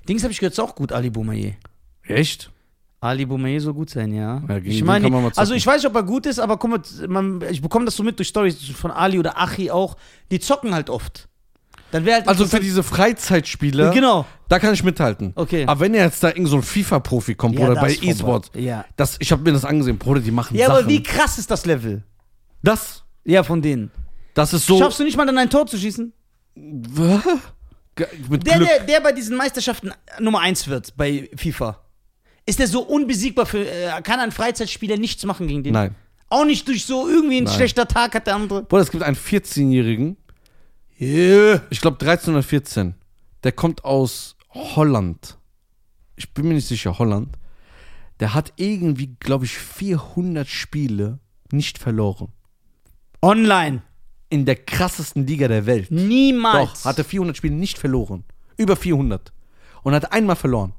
Speaker 2: Dings habe ich gehört, ist auch gut, Ali Boumaier.
Speaker 1: Echt?
Speaker 2: Ali Boumaier soll gut sein, ne, ja.
Speaker 1: Ja, gegen
Speaker 2: ich
Speaker 1: den
Speaker 2: meine,
Speaker 1: kann man mal zocken.
Speaker 2: also ich weiß nicht, ob er gut ist, aber guck mal, man, ich bekomme das so mit durch Stories von Ali oder Achi auch. Die zocken halt oft. Dann wäre halt
Speaker 1: Also für
Speaker 2: interessant-
Speaker 1: diese Freizeitspieler,
Speaker 2: Genau.
Speaker 1: da kann ich mithalten.
Speaker 2: Okay.
Speaker 1: Aber wenn jetzt da irgend so ein FIFA-Profi kommt,
Speaker 2: Ja,
Speaker 1: oder
Speaker 2: das
Speaker 1: bei
Speaker 2: ist vorbei.
Speaker 1: E-Sport,
Speaker 2: Ja.
Speaker 1: das, ich habe mir das angesehen, Bruder, die machen
Speaker 2: Ja,
Speaker 1: Sachen.
Speaker 2: aber wie krass ist das Level?
Speaker 1: Das,
Speaker 2: Ja, von denen.
Speaker 1: das ist so.
Speaker 2: Schaffst du nicht mal dann ein Tor zu schießen?
Speaker 1: Ge- Mit
Speaker 2: Der,
Speaker 1: Glück.
Speaker 2: der, der bei diesen Meisterschaften Nummer 1 wird bei FIFA. Ist der so unbesiegbar für. Äh, kann ein Freizeitspieler nichts machen gegen den?
Speaker 1: Nein.
Speaker 2: Auch nicht durch so irgendwie ein
Speaker 1: Nein.
Speaker 2: schlechter Tag hat der andere.
Speaker 1: Bruder, es gibt einen 14-Jährigen,
Speaker 2: Yeah.
Speaker 1: ich glaube 13 oder 14, der kommt aus Holland. Ich bin mir nicht sicher, Holland. Der hat irgendwie, glaube ich, 400 Spiele nicht verloren.
Speaker 2: Online.
Speaker 1: In der krassesten Liga der Welt.
Speaker 2: Niemals.
Speaker 1: Doch, hatte 400 Spiele nicht verloren. Über 400. Und hat einmal verloren.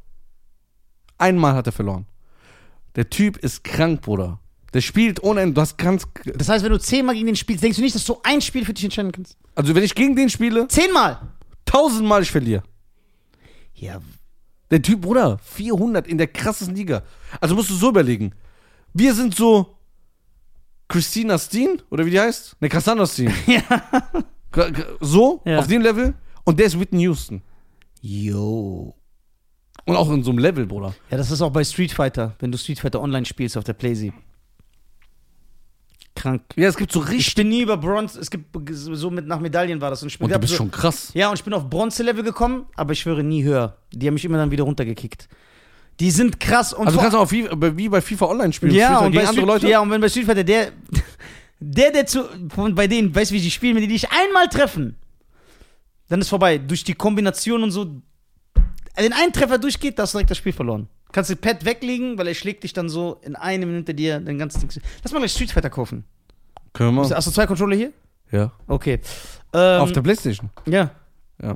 Speaker 1: Einmal hat er verloren. Der Typ ist krank, Bruder. Der spielt ohne Ende. Du hast ganz.
Speaker 2: Das heißt, wenn du zehnmal gegen den spielst, denkst du nicht, dass du ein Spiel für dich entscheiden kannst?
Speaker 1: Also, wenn ich gegen den spiele,
Speaker 2: Zehnmal!
Speaker 1: tausendmal ich verliere.
Speaker 2: Ja.
Speaker 1: Der Typ, Bruder, 400 in der krassesten Liga. Also musst du so überlegen. Wir sind so Christina Steen, oder wie die heißt? Ne, Cassandra Steen. K- k- So,
Speaker 2: Ja.
Speaker 1: auf dem Level. Und der ist Whitney Houston.
Speaker 2: Yo.
Speaker 1: Und auch in so einem Level, Bruder.
Speaker 2: Ja, das ist auch bei Street Fighter, wenn du Street Fighter online spielst auf der PlayStation. Krank.
Speaker 1: Ja, es gibt so
Speaker 2: Ich
Speaker 1: richtig.
Speaker 2: bin nie über Bronze, es gibt so mit nach Medaillen war das und ich bin
Speaker 1: Und du bist
Speaker 2: so,
Speaker 1: schon krass.
Speaker 2: Ja, und ich bin auf Bronze-Level gekommen, aber ich schwöre nie höher. Die haben mich immer dann wieder runtergekickt. Die sind krass und
Speaker 1: Also du
Speaker 2: vor-
Speaker 1: kannst auch wie, wie bei FIFA online spielen.
Speaker 2: ja,
Speaker 1: Spielst du
Speaker 2: und bei
Speaker 1: gegen andere
Speaker 2: Street,
Speaker 1: Leute.
Speaker 2: ja, und wenn bei Street Fighter der, der, der zu, von, bei denen, weißt du, wie die spielen, wenn die dich einmal treffen, dann ist vorbei. Durch die Kombination und so, also wenn ein Treffer durchgeht, da hast du direkt das Spiel verloren. Kannst du Pad weglegen, weil er schlägt dich dann so in einem hinter dir den ganzen Ding. Lass mal gleich Street Fighter kaufen.
Speaker 1: Können wir.
Speaker 2: Hast du zwei Controller hier?
Speaker 1: Ja.
Speaker 2: Okay. Ähm,
Speaker 1: Auf der Playstation.
Speaker 2: ja.
Speaker 1: Ja.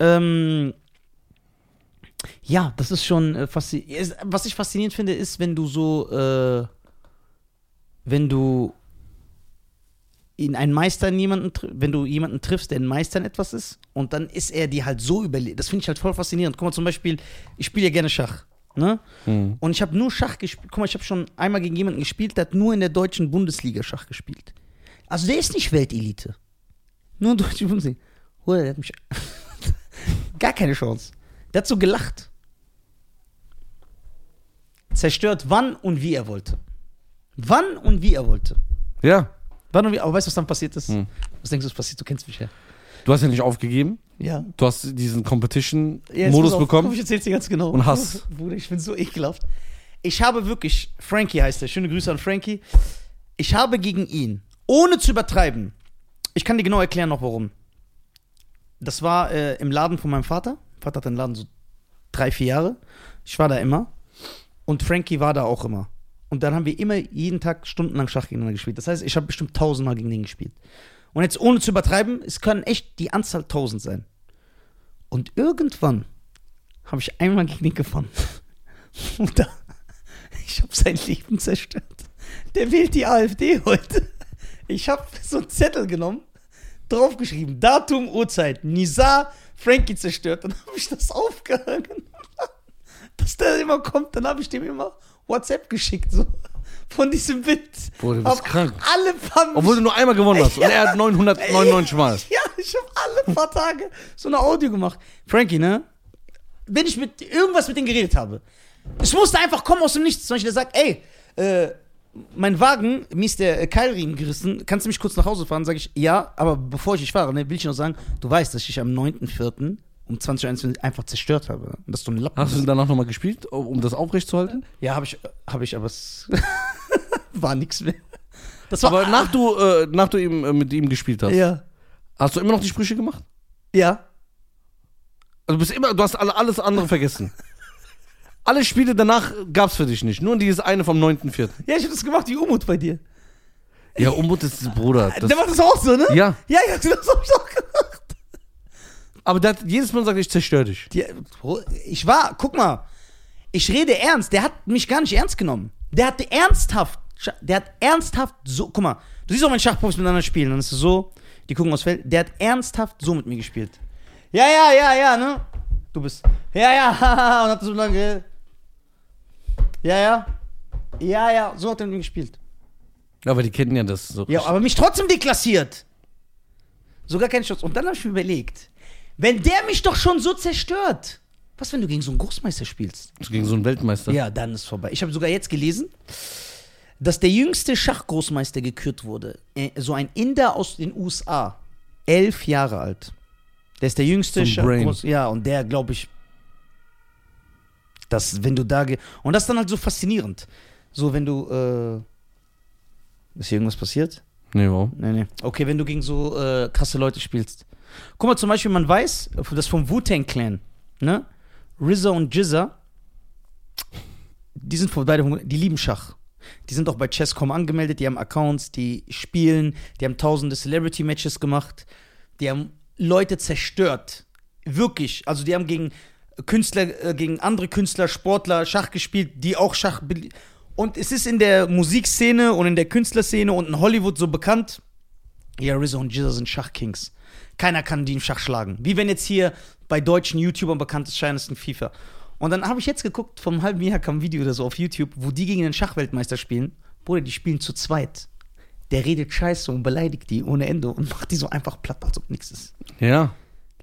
Speaker 2: Ähm, ja, das ist schon äh, faszinierend. Was ich faszinierend finde, ist, wenn du so, äh, wenn du in einen Meister jemanden, tr- wenn du jemanden triffst, der in Meistern etwas ist, und dann ist er dir halt so überlegt. Das finde ich halt voll faszinierend. Guck mal, zum Beispiel, ich spiele ja gerne Schach. Ne?
Speaker 1: Hm.
Speaker 2: Und ich habe nur Schach gespielt. Guck mal, ich habe schon einmal gegen jemanden gespielt, der hat nur in der deutschen Bundesliga Schach gespielt. Also der ist nicht Weltelite. Nur in deutsche Bundesliga. Oder der hat mich. Gar keine Chance. Der hat so gelacht. Zerstört, wann und wie er wollte. Wann und wie er wollte.
Speaker 1: Ja.
Speaker 2: Wann und wie. Aber weißt du, was dann passiert ist? Was denkst du, was passiert? Du kennst mich ja.
Speaker 1: Du hast ja nicht aufgegeben.
Speaker 2: Ja.
Speaker 1: Du hast diesen
Speaker 2: Ja, jetzt pass
Speaker 1: Competition-Modus
Speaker 2: auf. Guck,
Speaker 1: bekommen.
Speaker 2: Ich erzähl's dir ganz genau.
Speaker 1: Und Hass.
Speaker 2: Bruder, ich bin so ekelhaft. Ich habe wirklich, Frankie heißt er, schöne Grüße an Frankie. Ich habe gegen ihn, ohne zu übertreiben, ich kann dir genau erklären noch warum. Das war äh, im Laden von meinem Vater. Vater hat den Laden so drei, vier Jahre. Ich war da immer. Und Frankie war da auch immer. Und dann haben wir immer jeden Tag stundenlang Schach gegeneinander gespielt. Das heißt, ich habe bestimmt tausendmal gegen den gespielt. Und jetzt ohne zu übertreiben, es können echt die Anzahl tausend sein. Und irgendwann habe ich einmal gegen den gewonnen. Mutter, ich habe sein Leben zerstört. Der wählt die AfD heute. Ich habe so einen Zettel genommen, draufgeschrieben, Datum, Uhrzeit, Nizar, Frankie zerstört. Dann habe ich das aufgehangen. Dass der immer kommt, dann habe ich dem immer WhatsApp geschickt, so von diesem Bild.
Speaker 1: Boah, du bist
Speaker 2: Hab
Speaker 1: krank.
Speaker 2: Alle paar
Speaker 1: Obwohl du nur einmal gewonnen hast. Und er hat 999 Mal.
Speaker 2: ja, ich habe alle paar Tage so eine Audio gemacht. Frankie, ne? Wenn ich mit irgendwas mit denen geredet habe, es musste einfach kommen aus dem Nichts. Zum Beispiel, der sagt, ey, äh, mein Wagen, mir ist der äh, Keilriemen gerissen, kannst du mich kurz nach Hause fahren? Sag ich, ja, aber bevor ich dich fahre, ne, will ich noch sagen, du weißt, dass ich dich am 9.4. um 20.21 Uhr einfach zerstört habe. ne? Und dass du ein Lappen
Speaker 1: Hast
Speaker 2: bist.
Speaker 1: du danach nochmal gespielt, um das aufrechtzuerhalten?
Speaker 2: Ja, habe ich, hab ich, aber es war nichts mehr. Das war
Speaker 1: Aber nach du, äh, nach du ihm, äh, mit ihm gespielt hast,
Speaker 2: Ja.
Speaker 1: hast du immer noch die Sprüche gemacht?
Speaker 2: Ja.
Speaker 1: Also du bist immer, du hast alle, alles andere vergessen. alle Spiele danach gab's für dich nicht. Nur dieses eine vom 9.4.
Speaker 2: Ja, ich habe das gemacht, die Umut bei dir.
Speaker 1: Ja, Unmut ist Bruder. Das,
Speaker 2: der macht das auch so, ne?
Speaker 1: ja,
Speaker 2: Ja, ja, das hab ich auch gemacht.
Speaker 1: Aber der hat jedes Mal sagt, ich zerstöre dich.
Speaker 2: Die, ich war, guck mal, ich rede ernst. Der hat mich gar nicht ernst genommen. Der hatte ernsthaft, der hat ernsthaft so, guck mal, du siehst auch, wenn Schachprofis miteinander spielen, dann ist es so, die gucken aufs Feld. Der hat ernsthaft so mit mir gespielt. Ja, ja, ja, ja, ne? Du bist. Ja, ja, haha, und hat so lange geredet. Ja, ja. Ja, ja, so hat er mit mir gespielt.
Speaker 1: Aber die kennen ja das so.
Speaker 2: Ja, aber mich trotzdem deklassiert. Sogar kein Schutz. Und dann habe ich mir überlegt, wenn der mich doch schon so zerstört, was, wenn du gegen so einen Großmeister spielst?
Speaker 1: Gegen so einen Weltmeister.
Speaker 2: Ja, dann ist vorbei. Ich habe sogar jetzt gelesen, dass der jüngste Schachgroßmeister gekürt wurde. Äh, So ein Inder aus den USA. Elf Jahre alt. Der ist der jüngste
Speaker 1: So ein Brain.
Speaker 2: Schachgroß- Ja, und der, glaube ich, das, wenn du da. ge- Und das ist dann halt so faszinierend. So, wenn du. Äh, ist hier irgendwas passiert?
Speaker 1: Nee, warum?
Speaker 2: Nee, nee. Okay, wenn du gegen so äh, krasse Leute spielst. Guck mal, zum Beispiel, man weiß, das vom Wu-Tang Clan, ne? RZA und Jizza, die sind von beide, die lieben Schach. Die sind auch bei Chess.com angemeldet, die haben Accounts, die spielen, die haben tausende Celebrity-Matches gemacht, die haben Leute zerstört. Wirklich. Also die haben gegen Künstler, äh, gegen andere Künstler, Sportler Schach gespielt, die auch Schach. be- Und es ist in der Musikszene und in der Künstlerszene und in Hollywood so bekannt. Ja, Rizzo und Jizza sind Schachkings. Keiner kann die im Schach schlagen. Wie wenn jetzt hier bei deutschen YouTubern bekannt ist, Shinesten FIFA. Und dann habe ich jetzt geguckt, vom halben Jahr kam ein Video oder so auf YouTube, wo die gegen den Schachweltmeister spielen. Bruder, die spielen zu zweit. Der redet scheiße und beleidigt die ohne Ende und macht die so einfach platt, als ob nichts ist.
Speaker 1: Ja.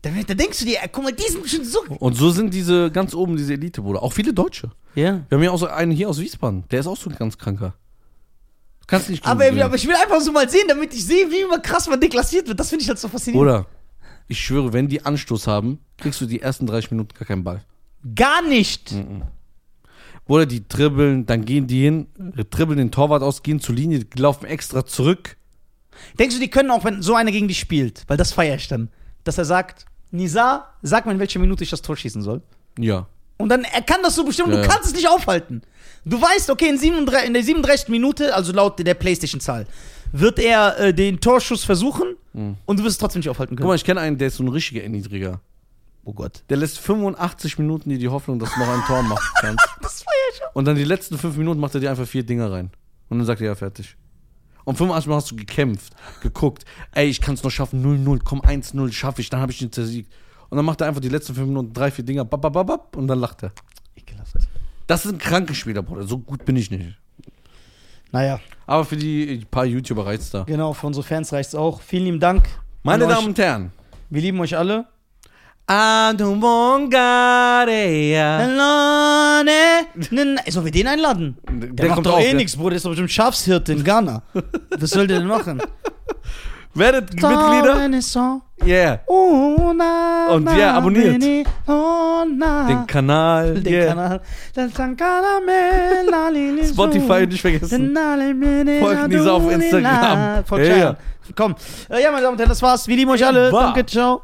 Speaker 2: Da, da denkst du dir, ey, guck mal, die sind schon so.
Speaker 1: Und so sind diese ganz oben, diese Elite, Bruder. Auch viele Deutsche.
Speaker 2: Ja.
Speaker 1: Wir haben ja auch so einen hier aus Wiesbaden. Der ist auch so ein ganz kranker. Kannst nicht
Speaker 2: Aber,
Speaker 1: kontrollieren.
Speaker 2: aber ich will einfach so mal sehen, damit ich sehe, wie immer krass man deklassiert wird. Das finde ich halt so faszinierend.
Speaker 1: Bruder, ich schwöre, wenn die Anstoß haben, kriegst du die ersten 30 Minuten gar keinen Ball.
Speaker 2: Gar nicht.
Speaker 1: Bruder, die dribbeln, dann gehen die hin, dribbeln den Torwart aus, gehen zur Linie, die laufen extra zurück.
Speaker 2: Denkst du, die können auch, wenn so einer gegen dich spielt, weil das feiere ich dann, dass er sagt, Nisa, sag mir, in welcher Minute ich das Tor schießen soll.
Speaker 1: Ja.
Speaker 2: Und dann, er kann das so bestimmen,
Speaker 1: Ja,
Speaker 2: du
Speaker 1: ja.
Speaker 2: kannst es nicht aufhalten. Du weißt, okay, in, 37, in der 37. Minute, also laut der Playstation-Zahl, wird er äh, den Torschuss versuchen und du wirst es trotzdem nicht aufhalten
Speaker 1: Mhm. Guck
Speaker 2: können.
Speaker 1: mal, ich kenne einen, der ist so ein richtiger Erniedriger.
Speaker 2: Oh Gott.
Speaker 1: Der lässt 85 Minuten dir die Hoffnung, dass du noch ein Tor machen kannst.
Speaker 2: Das feiere ich auch.
Speaker 1: Und dann die letzten 5 Minuten macht er dir einfach vier Dinger rein. Und dann sagt er, ja, fertig. Um Und 85 Mal hast du gekämpft, geguckt. Ey, ich kann es noch schaffen, 0-0, komm, 1-0, schaffe ich, dann habe ich ihn zersiegt. Und dann macht er einfach die letzten 5 Minuten drei, vier Dinger, bap, bap, bap, bap, und dann lacht er.
Speaker 2: Ekelhaft.
Speaker 1: Das sind kranke Spieler, Bruder. So gut bin ich nicht.
Speaker 2: Naja,
Speaker 1: Aber für die paar YouTuber reizt da.
Speaker 2: genau, für unsere Fans reicht's auch. Vielen lieben Dank.
Speaker 1: Meine
Speaker 2: An euch.
Speaker 1: Damen und Herren.
Speaker 2: Wir lieben euch alle.
Speaker 1: Adomongarea.
Speaker 2: Alone. Nen- Sollen wir den einladen?
Speaker 1: Der,
Speaker 2: Der, macht
Speaker 1: kommt
Speaker 2: doch
Speaker 1: drauf,
Speaker 2: eh
Speaker 1: der-
Speaker 2: nichts, Bruder. Der ist doch bestimmt Schafshirte in Ghana. Was soll der denn machen?
Speaker 1: Werdet Mitglieder. Yeah.
Speaker 2: Und
Speaker 1: Und ja, abonniert.
Speaker 2: Den
Speaker 1: Den Kanal. yeah.
Speaker 2: oh, Kanal. Den
Speaker 1: Spotify nicht vergessen. Folgt Nisa auf Instagram.
Speaker 2: Folgt
Speaker 1: Ja, ja.
Speaker 2: Komm. Äh, Ja, meine Damen und Herren, das war's. Wir lieben euch alle.
Speaker 1: War.
Speaker 2: Danke, ciao.